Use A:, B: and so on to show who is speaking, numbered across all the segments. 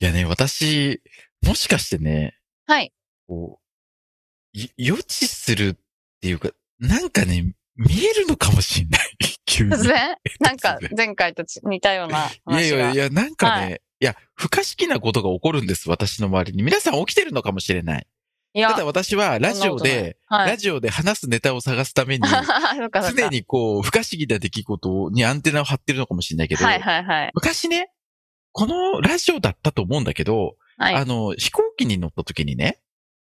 A: いやね、私、もしかしてね、
B: はい
A: こう、い予知するっていうか、なんかね、見えるのかもしれない。 急に。
B: 突 然なんか
A: 突然
B: 前回とち似たようない
A: やい
B: 話が
A: やいや、なんかね、、
B: はい
A: や、不可思議なことが起こるんです、私の周りに。皆さん起きてるのかもしれない。
B: いや
A: ただ私は、ラジオで、
B: はい
A: ラジオで話すネタを探すために、
B: そうかそうか
A: 常にこう、不可思議な出来事にアンテナを張ってるのかもしれないけど、
B: はいはいはい
A: 昔ね、このラジオだったと思うんだけど、
B: はい
A: あの、飛行機に乗った時にね、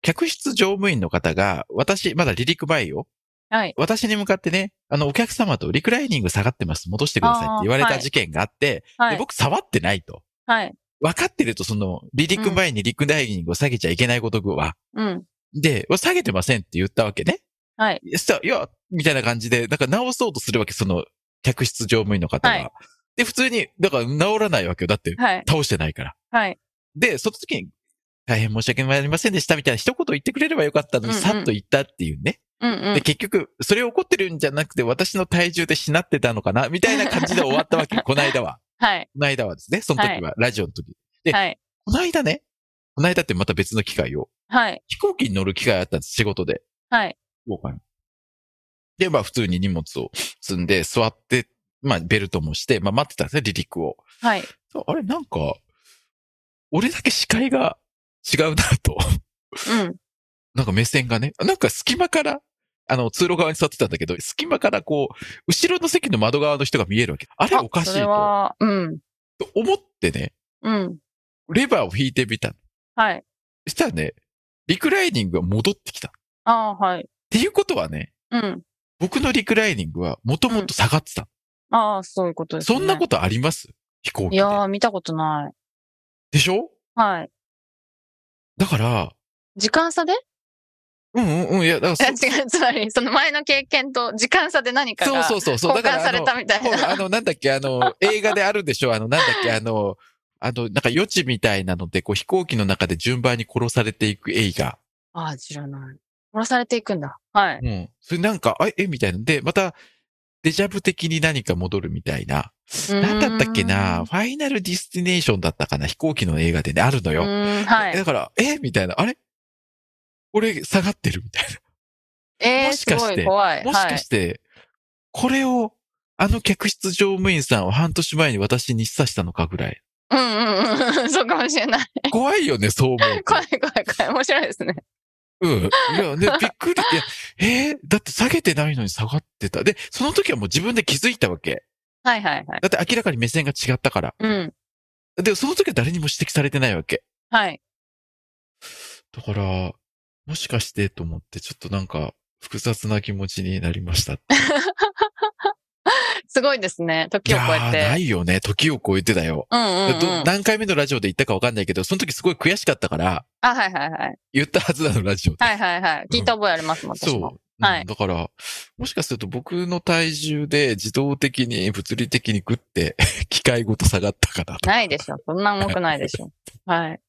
A: 客室乗務員の方が、私、まだ離陸前よ。
B: はい
A: 私に向かってね、あの、お客様とリクライニング下がってます、戻してくださいって言われ
B: あー
A: た
B: はい
A: 事件があって、
B: は
A: で
B: い
A: 僕触ってないと。
B: はい
A: 分かってると、その、離陸前にリクライニングを下げちゃいけないことは、
B: うん
A: で、下げてませんって言ったわけね。
B: はい
A: そしたらいや、みたいな感じで、なんか直そうとするわけ、その、客室乗務員の方が。
B: はい
A: で、普通に、だから直らないわけよ。だって、
B: はい
A: 倒してないから。
B: はい
A: で、その時に、大変申し訳ありませんでしたみたいな一言言ってくれればよかったのに、
B: うんうん
A: さっと言ったっていうね。
B: うんうん
A: で、結局、それ怒ってるんじゃなくて、私の体重でしなってたのかなみたいな感じで終わった わけ。この間は。
B: はい
A: この間はですね。その時は、ラジオの時。で
B: はい
A: この間ね。この間ってまた別の機会を。
B: はい
A: 飛行機に乗る機会あったんです、仕事で。
B: はい
A: そうかなで、まあ普通に荷物を積んで、座って、まあベルトもして、まあ待ってたんですね、離陸を。
B: はい
A: あれ、なんか、俺だけ視界が違うなと。
B: うん
A: なんか目線がね、なんか隙間から、あの、通路側に座ってたんだけど、隙間からこう、後ろの席の窓側の人が見えるわけ。あれおかしい
B: それ
A: と
B: はうん
A: と思ってね、
B: うん
A: レバーを引いてみたの。
B: はい
A: そしたらね、リクライニングが戻ってきた。っ
B: ああーはい
A: ていうことはね、
B: うん
A: 僕のリクライニングはもともと下がってた。
B: ああそういうことですね
A: そんなことあります飛行
B: い
A: 機で
B: や。ー見たことない
A: でしょ
B: はい
A: だから、
B: 時間差で
A: うんうんうん、いや、だ
B: い
A: か
B: や
A: ら
B: 違う、つまり、その前の経験と時間差で何か
A: そ、
B: が
A: そう
B: 交
A: そうそうそう、だか
B: 換
A: ら、
B: さ
A: あ
B: れ
A: の、
B: たみたい
A: ほら
B: な。
A: あの、なんだっけ、あの、映画であるでしょあの、なんだっけ、あの、あの、なんか余地みたいなので、こう飛行機の中で順番に殺されていく映画。
B: ああ、知らない。殺されていくんだ。はい。
A: うん。それなんか、あえみたいな。で、また、デジャブ的に何か戻るみたいな。なんだったっけなファイナルディスティネーションだったかな飛行機の映画でね、あるの
B: う
A: よ。
B: ーん、は
A: え
B: い。
A: だから、えみたいな。あれ俺、下がってるみたい
B: えー、
A: もしかして
B: すごい怖い。
A: な。もし
B: は
A: か
B: い
A: して、これを、あの客室乗務員さんを半年前に私に示唆したのかぐらい。
B: うんうんうん。 そうかもしれない。
A: 怖いよね、そう思うと
B: 怖。い怖い怖い。面白いですね。
A: うん。いや、ね、びっくり。いや、えーだって下げてないのに下がってた。で、その時はもう自分で気づいたわけ。
B: はいはいはい。
A: だって明らかに目線が違ったから。
B: うん。
A: で、その時は誰にも指摘されてないわけ。
B: はい。
A: だから、もしかしてと思って、ちょっとなんか、複雑な気持ちになりました。い
B: す ごいですね。時を
A: や
B: 超
A: ー、
B: え
A: な
B: て。
A: いよね。時を超えてだよ。
B: うんうん、う
A: ど
B: ん。
A: 何回目のラジオで言ったかわかんないけど、その時すごい悔しかったから、
B: あ、はいはいはい。
A: 言ったはずなの、ラジオで。
B: はいはいはい。聞いた覚えありますもん、私
A: そう
B: も。。
A: うん
B: はい
A: だから、もしかすると僕の体重で自動的に物理的にグッて 機械ごと下がったかなと。
B: ないでしょ。そんな重くない でしょ。はい。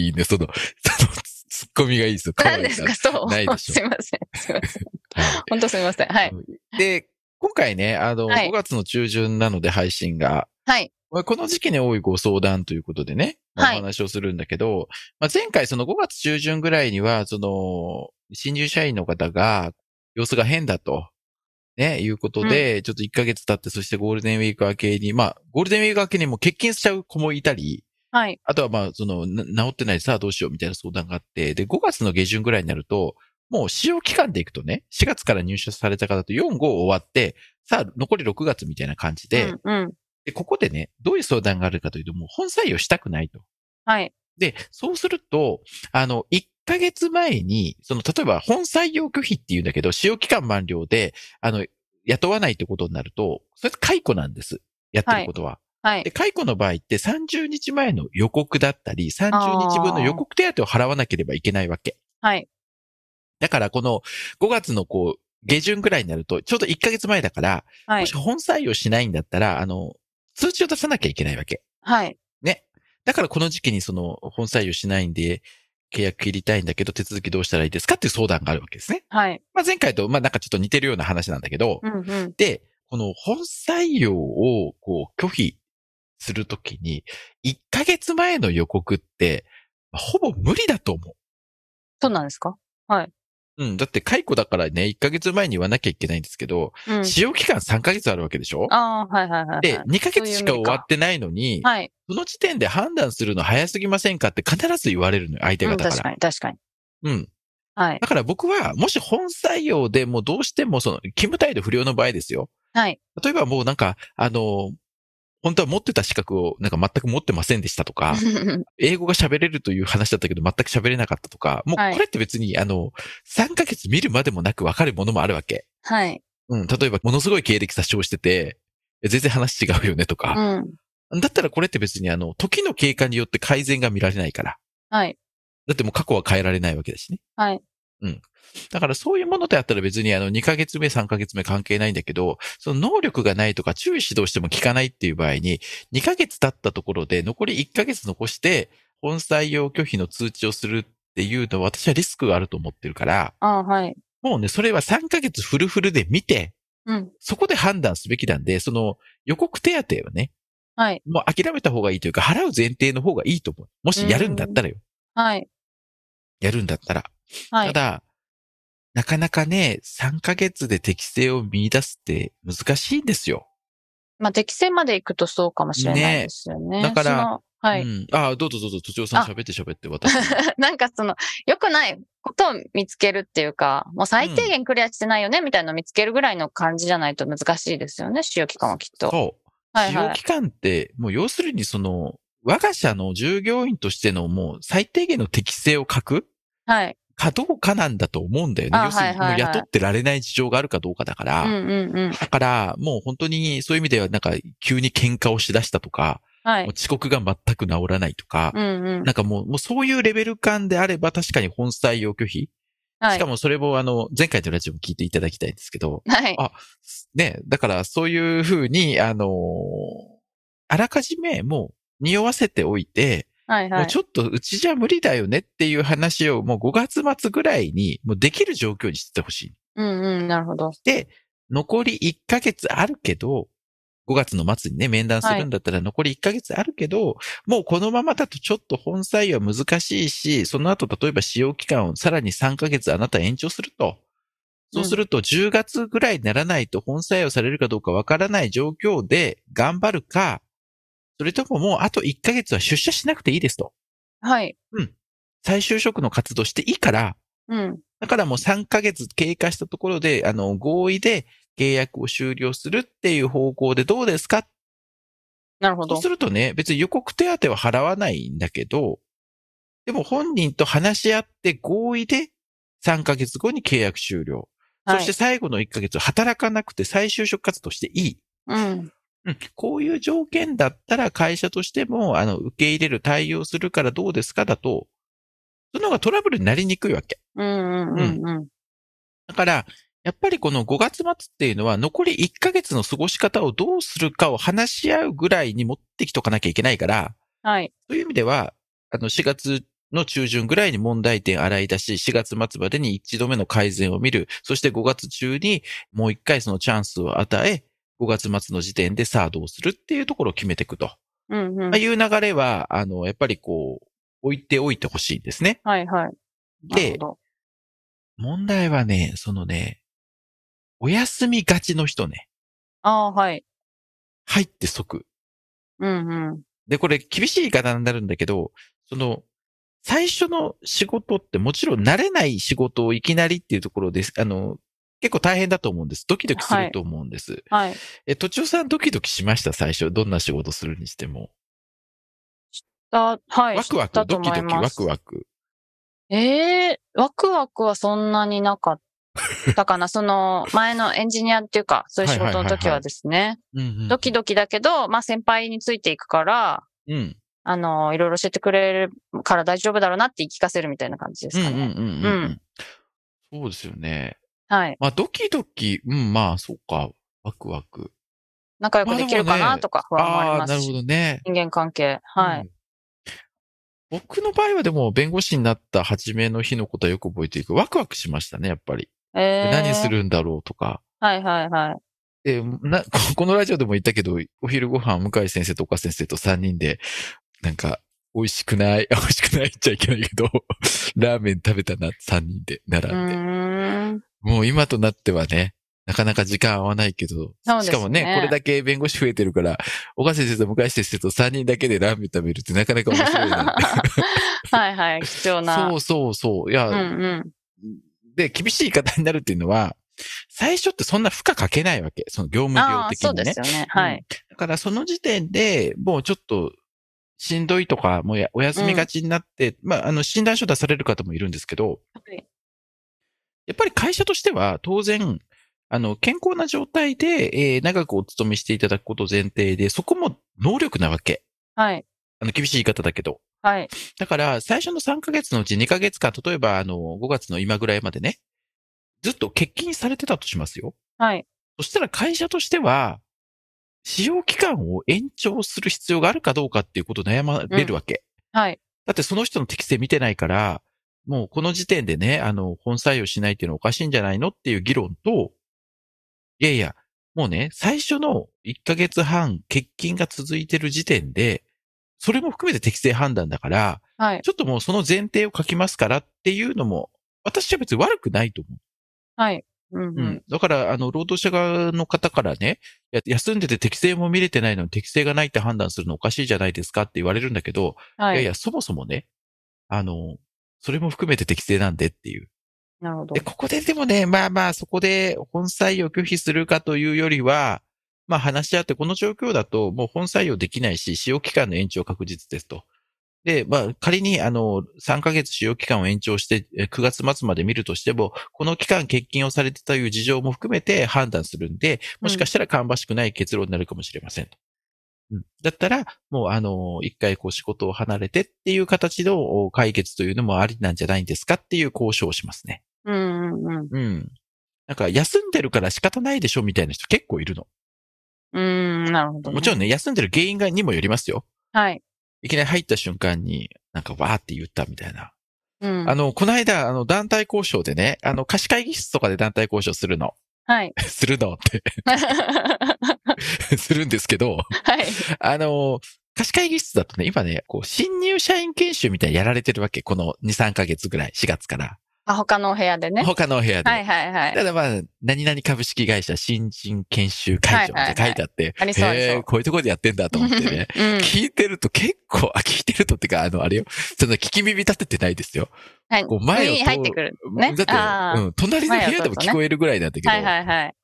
A: いいね。その、 その、ツッコミがいいですよ。可愛
B: 何
A: い
B: ですか、そう。
A: ないでしょ
B: すいません。すいません。
A: は
B: 本当すいませ ん。はい。
A: いで、今回ね、あの、
B: はい
A: 5月の中旬なので配信が、
B: はい。
A: まあこの時期に多いご相談ということでね、まあ
B: はい
A: お話をするんだけど、まあ、前回その5月中旬ぐらいには、その、新入社員の方が、様子が変だと、ね、いうことで、ちょっと1ヶ月経って、そしてゴールデンウィーク明けに、まあ、ゴールデンウィーク明けにもう欠勤しちゃう子もいたり、
B: はい。
A: あとはまあ、その、な治ってないさあどうしようみたいな相談があって、で、5月の下旬ぐらいになると、もう使用期間でいくとね、4月から入社された方と4、5終わって、さあ残り6月みたいな感じで、
B: うんうん。
A: で、ここでね、どういう相談があるかというと、もう本採用したくないと。
B: はい。
A: で、そうすると、あの、1ヶ月前に、その、例えば本採用拒否っていうんだけど、使用期間満了で、あの、雇わないってことになると、それって解雇なんです。やってることは。
B: は
A: で、
B: い。
A: 解雇の場合って30日前の予告だったり、30日分の予告手当を払わなければいけないわけ。
B: はい。
A: だからこの5月のこう、下旬ぐらいになると、ちょうど1ヶ月前だから、
B: は
A: も
B: い
A: し。本採用しないんだったら、あの、通知を出さなきゃいけないわけ。
B: はい。
A: だからこの時期にその本採用しないんで、契約切りたいんだけど、手続きどうしたらいいですかっていう相談があるわけですね。
B: はい。
A: まあ、前回と、まあ、なんかちょっと似てるような話なんだけど、
B: うんうん。
A: で、この本採用をこう拒否するときに、1ヶ月前の予告って、まあほぼ無理だと思
B: そうなんですか
A: う。うん。だって解雇だからね、1ヶ月前に言わなきゃいけないんですけど、
B: うん。
A: 使用期間3ヶ月あるわけでしょ
B: ああ、はいはいはい。
A: で、2ヶ月しか
B: そういう意味
A: 終
B: か
A: わってないのに、
B: はい。
A: その時点で判断するの早すぎませんかって必ず言われるのよ、相手
B: うん
A: 方
B: 確
A: か。
B: からに、確かに。
A: うん。
B: はい。
A: だから僕は、もし本採用でもうどうしても、その、勤務態度不良の場合ですよ。
B: はい。
A: 例えばもうなんか、あの、本当は持ってた資格をなんか全く持ってませんでしたとか、英語が喋れるという話だったけど全く喋れなかったとか、もう
B: はい
A: これって別にあの、3ヶ月見るまでもなくわかるものもあるわけ。
B: はい。
A: うん、例えばものすごい経歴詐称してて、え全然話違うよねと
B: う
A: か。
B: ん。
A: だったらこれって別にあの、時の経過によって改善が見られないから。
B: はい。
A: だってもう過去は変えられないわけだしね。
B: はい。
A: うん。だからそういうものであったら別にあの2ヶ月目、3ヶ月目関係ないんだけど、その能力がないとか注意指導しても効かないっていう場合に、2ヶ月経ったところで残り1ヶ月残して、本採用拒否の通知をするっていうのは私はリスクがあると思ってるから、
B: ああ、はい。
A: もうね、それは3ヶ月フルフルで見て、
B: うん。
A: そこで判断すべきなんで、その予告手当はね、
B: はい。
A: もう諦めた方がいいというか、払う前提の方がいいと思う。もしやるんだったらよ。
B: はい。
A: やるんだったら。
B: はい
A: た。だ、なかなかね、3ヶ月で適性を見出すって難しいんですよ。
B: まあ、適正まで行くとそうかもしれないですよね。
A: ねだから
B: その、は
A: う
B: い。
A: ん、ああ、どうぞどうぞ、都庁さん
B: あ
A: 喋って喋って、私。
B: なんかその、良くないことを見つけるっていうか、もう最低限クリアしてないよね、みたいなのを見つけるぐらいの感じじゃないと難しいですよね、使用期間はきっ と。
A: そう。
B: はい
A: 使
B: はい
A: 用期間って、もう要するにその、我が社の従業員としてのもう最低限の適性を書く
B: はい。
A: かどうかなんだと思うんだよね。
B: あ
A: 要するにも
B: はいうはいはい
A: 雇ってられない事情があるかどうかだから。
B: うんうんうん。
A: だから、もう本当にそういう意味ではなんか急に喧嘩をしだしたとか、
B: は
A: もう
B: い。
A: 遅刻が全く治らないとか、
B: うんうん。
A: なんかもう、もうそういうレベル感であれば確かに本採用拒否。
B: は
A: しか
B: い。
A: もそれもあの、前回のラジオも聞いていただきたいんですけど、
B: はい
A: あ。ね、だからそういうふうに、あのーあらかじめもう匂わせておいて、
B: はい。
A: も
B: は
A: う
B: い。
A: ちょっとうちじゃ無理だよねっていう話をもう5月末ぐらいにもうできる状況にしてほしい。
B: うんうん。なるほど。
A: で、残り1ヶ月あるけど、5月の末にね、面談するんだったら残り1ヶ月あるけど、もうこのままだとちょっと本採用は難しいし、その後例えば使用期間をさらに3ヶ月あなた延長すると。そうすると10月ぐらいにならないと本採用されるかどうかわからない状況で頑張るか、それとももうあと1ヶ月は出社しなくていいですと。
B: はい。
A: 再就職の活動していいから、
B: うん。
A: だからもう3ヶ月経過したところで、あの、合意で契約を終了するっていう方向でどうですか
B: なるほ
A: そう
B: ど
A: す。るとね、別に予告手当は払わないんだけど、でも本人と話し合って合意で3ヶ月後に契約終了。そ
B: は
A: し
B: い
A: て。最後の1ヶ月働かなくて再就職活動していい。
B: うん。
A: うん、こういう条件だったら会社としても、あの、受け入れる対応するからどうですかだと、その方がトラブルになりにくいわけ。
B: うんうんうんうん。
A: だから、やっぱりこの5月末っていうのは残り1ヶ月の過ごし方をどうするかを話し合うぐらいに持ってきとかなきゃいけないから、
B: はい。
A: そういう意味では、あの4月の中旬ぐらいに問題点洗い出し、4月末までに1度目の改善を見る、そして5月中にもう1回そのチャンスを与え、5月末の時点でさあどうするっていうところを決めていくと。
B: うん
A: あ
B: うん
A: あ。いう流れは、あの、やっぱりこう、置いておいてほしいんですね。
B: はいはい。なるほど。
A: 問題はね、そのね、お休みがちの人ね、
B: ああー、はい。
A: 入って即。
B: うんうん。
A: で、これ厳しい言い方になるんだけど、その、最初の仕事ってもちろん慣れない仕事をいきなりっていうところです。あの、結構大変だと思うんです。ドキドキすると思うんです。
B: はい。
A: え、途中さんドキドキしました最初。どんな仕事するにしても。
B: だはい。
A: ワクワク、
B: だと
A: ド
B: 思
A: キ
B: い
A: ドキ、
B: ま
A: ワ
B: す
A: クワク。
B: ええワクワクはそんなになかっ
C: だからその前のエンジニアっていうか、そういう仕事の時はですね、
A: うん
C: ドキドキだけど、まあ先輩についていくから、
A: うん。うん。
C: あの、いろいろ教えてくれるから大丈夫だろうなって言い聞かせるみたいな感じで
A: うん
C: すかね。
A: うんうんう。
C: うん
A: そうですよね。
C: はい。
A: まあ、ドキドキ、うん、まあ、そうか。ワクワク。
C: 仲良くできるかなとか不安もあり
A: あ
C: ま
A: あ、な
C: す
A: る
C: し。
A: ほどね。
C: 人間関係。はい。
A: うん僕の場合はでも、弁護士になった初めの日のことはよく覚えていく。ワクワクしましたね、やっぱり。で
C: えー、
A: 何するんだろうとか。
C: はいはいはい。
A: で、な、ここのラジオでも言ったけど、お昼ご飯、向井先生と岡先生と3人で、なんか、美味しくない、 美味しくないっちゃいけないけど、 ラーメン食べたな、3人で並
C: うー
A: んで。
C: ん。
A: もう今となってはね、なかなか時間合わないけど、
C: そうですね
A: しかもね、これだけ弁護士増えてるから、岡先生と向井先生と3人だけでラーメン食べるってなかなか面白いな。
C: はいはい。貴重な。
A: そうそうそう。いや、
C: うんうん。
A: で、厳しい言い方になるっていうのは、最初ってそんな負荷かけないわけ。その業務
C: あ
A: 量
C: あ、
A: 的
C: そう
A: に
C: で
A: ね
C: す。よね。はい。
A: だからその時点で、もうちょっと、しんどいとか、もうやお休みがちになって、まあ、あの、診断書出される方もいるんですけど、
C: はい
A: やっぱり会社としては、当然、あの、健康な状態で、えー長くお勤めしていただくことを前提で、そこも能力なわけ。
C: はい。
A: あの、厳しい言い方だけど。
C: はい。
A: だから、最初の3ヶ月のうち2ヶ月間、例えば、あの、5月の今ぐらいまでね、ずっと欠勤されてたとしますよ。
C: はい。
A: そしたら会社としては、使用期間を延長する必要があるかどうかっていうことを悩まれるわけ。
C: はい。
A: だってその人の適性見てないから、もうこの時点でね、あの、本採用しないっていうのはおかしいんじゃないのっていう議論と、いやいや、もうね、最初の1ヶ月半欠勤が続いてる時点で、それも含めて適性判断だから、
C: はい。
A: ちょっともうその前提を書きますからっていうのも、私は別に悪くないと思う。
C: はい。うん
A: う
C: うん
A: ん。だから、あの、労働者側の方からね、いや休んでて適性も見れてないのに適性がないって判断するのおかしいじゃないですかって言われるんだけど、、
C: はい
A: やい
C: い。
A: や、そもそもね、あの、それも含めて適正なんでっていう。
C: なるほど
A: で、。ここででもね、まあまあ、そこで本採用拒否するかというよりは、まあ話し合って、この状況だともう本採用できないし、使用期間の延長確実ですと。で、まあ仮にあの、3ヶ月使用期間を延長して、え9月末まで見るとしても、この期間欠勤をされてたという事情も含めて判断するんで、もしかしたら芳しくない結論になるかもしれませんと。うん、だったら、もうあの、一回こう仕事を離れてっていう形の解決というのもありなんじゃないんですかっていう交渉をしますね。
C: うんうんうん。
A: うん。なんか、休んでるから仕方ないでしょみたいな人結構いるの。
C: うん、なるほど、
A: もちろん
C: ん。
A: ね、休んでる原因がにもよりますよ。
C: はい。
A: いきなり入った瞬間に、なんかわーって言ったみたいな。
C: うん。
A: あの、この間、あの、団体交渉でね、あの、貸し会議室とかで団体交渉するの。
C: はい。
A: するのっ
C: は
A: て、 するんですけど、
C: い。
A: あの、貸し会議室だとね、今ね、こう、新入社員研修みたいなのやられてるわけ。この2、3ヶ月ぐらい、4月から。
C: あ、他のお部屋でね。
A: 他のお部屋で。
C: はいはいはい。
A: ただまあ、何々株式会社新人研修会場って書いてあ
C: はいはい
A: って、
C: はいありそうありそう。
A: へえこういうところでやってんだと思ってね
C: うん。
A: 聞いてると結構、あ、聞いてるとってか、あの、あれよ、その聞き耳立ててないですよ。
C: はい。
A: こう前を通る
C: 耳に入ってくる。ね
A: だ
C: あ
A: って、
C: ー
A: うん、隣の部屋でも聞こえるぐらいなんだけど、
C: はいはいはい。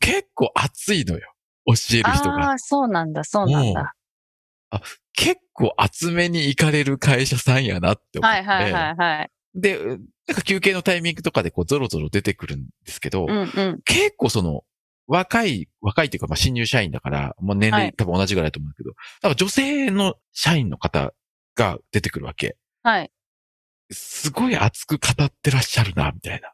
A: 結構熱いのよ。教える人
C: あ
A: が。
C: あ、そうなんだ、そうなんだ。
A: 結構厚めに行かれる会社さんやなって思っ
C: は
A: て。
C: いはいはいはい。
A: で、うんなんか休憩のタイミングとかでこうゾロゾロ出てくるんですけ
C: う
A: ど、
C: んうん。
A: 結構その、若い、若いっていうか、まあ、新入社員だから、まあ、年
C: は
A: 齢
C: い
A: 多分同じぐらいだと思うんだけど、なんか女性の社員の方が出てくるわけ。
C: はい。
A: すごい熱く語ってらっしゃるな、みたいな。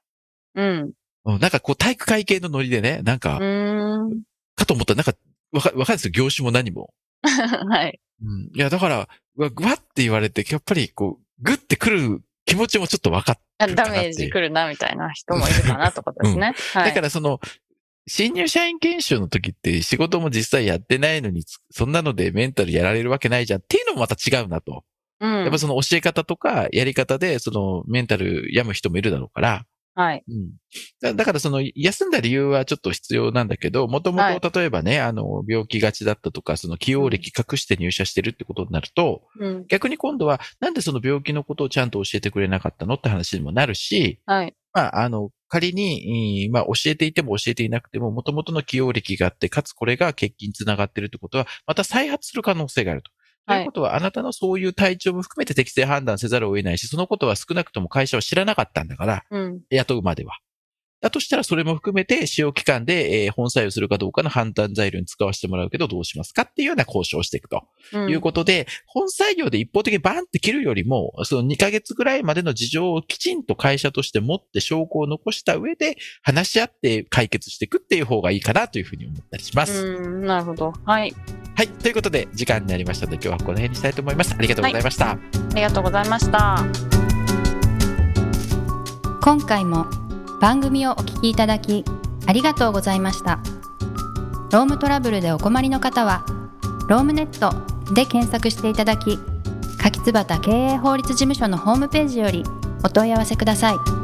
C: うん。
A: うん、なんかこう体育会系のノリでね、なんか
C: う、ーん。
A: かと思ったらなんか、わか、わかるんですよ、業種も何も。
C: はい。
A: うん。いや、だから、うわ、ぐわって言われて、やっぱりこう、ぐってくる気持ちもちょっとわかっ
C: あ
A: てるか
C: ダ
A: なっていう。
C: メージ来るな、みたいな人もいるかなってことですね。は
A: だか
C: い。
A: らその、新入社員研修の時って仕事も実際やってないのに、つそんなのでメンタルやられるわけないじゃんっていうのもまた違うなと。
C: うん。
A: やっぱその教え方とかやり方で、そのメンタル病む人もいるだろうから。
C: はい。
A: うん。だだからその休んだ理由はちょっと必要なんだけど、もとも
C: はい
A: と例えばね、あの、病気がちだったとか、その起用歴隠して入社してるってことになると、
C: うん。
A: 逆に今度はなんでその病気のことをちゃんと教えてくれなかったのって話にもなるし、
C: はい。
A: まあ、あの、仮に、えーまあ、教えていても教えていなくても、元々の起用歴があって、かつこれが欠勤につながっているってことは、また再発する可能性があると。と
C: はい
A: いうことは、あなたのそういう体調も含めて適正判断せざるを得ないし、そのことは少なくとも会社は知らなかったんだから、
C: うん。
A: 雇うまでは。だとしたらそれも含めて使用期間で、えー本採用するかどうかの判断材料に使わせてもらうけどどうしますかっていうような交渉をしていくと
B: うん
A: いうことで、本採用で一方的にバンって切るよりも、その2ヶ月ぐらいまでの事情をきちんと会社として持って証拠を残した上で話し合って解決していくっていう方がいいかなというふうに思ったりします。
B: うん、なるほど。はい。
A: はい。ということで時間になりましたので今日はこの辺にしたいと思います。ありがとうございました。
B: ありがとうございました。
D: 今回も番組をお聞きいただきありがとうございましたロームトラブルでお困りの方は「ロームネット」で検索していただき柿椿経営法律事務所のホームページよりお問い合わせください